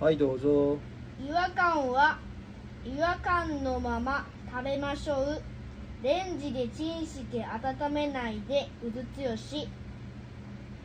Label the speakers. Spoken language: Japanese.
Speaker 1: はいどうぞ
Speaker 2: 違和感は違和感のまま食べましょうレンジでチンして温めないでうずつよし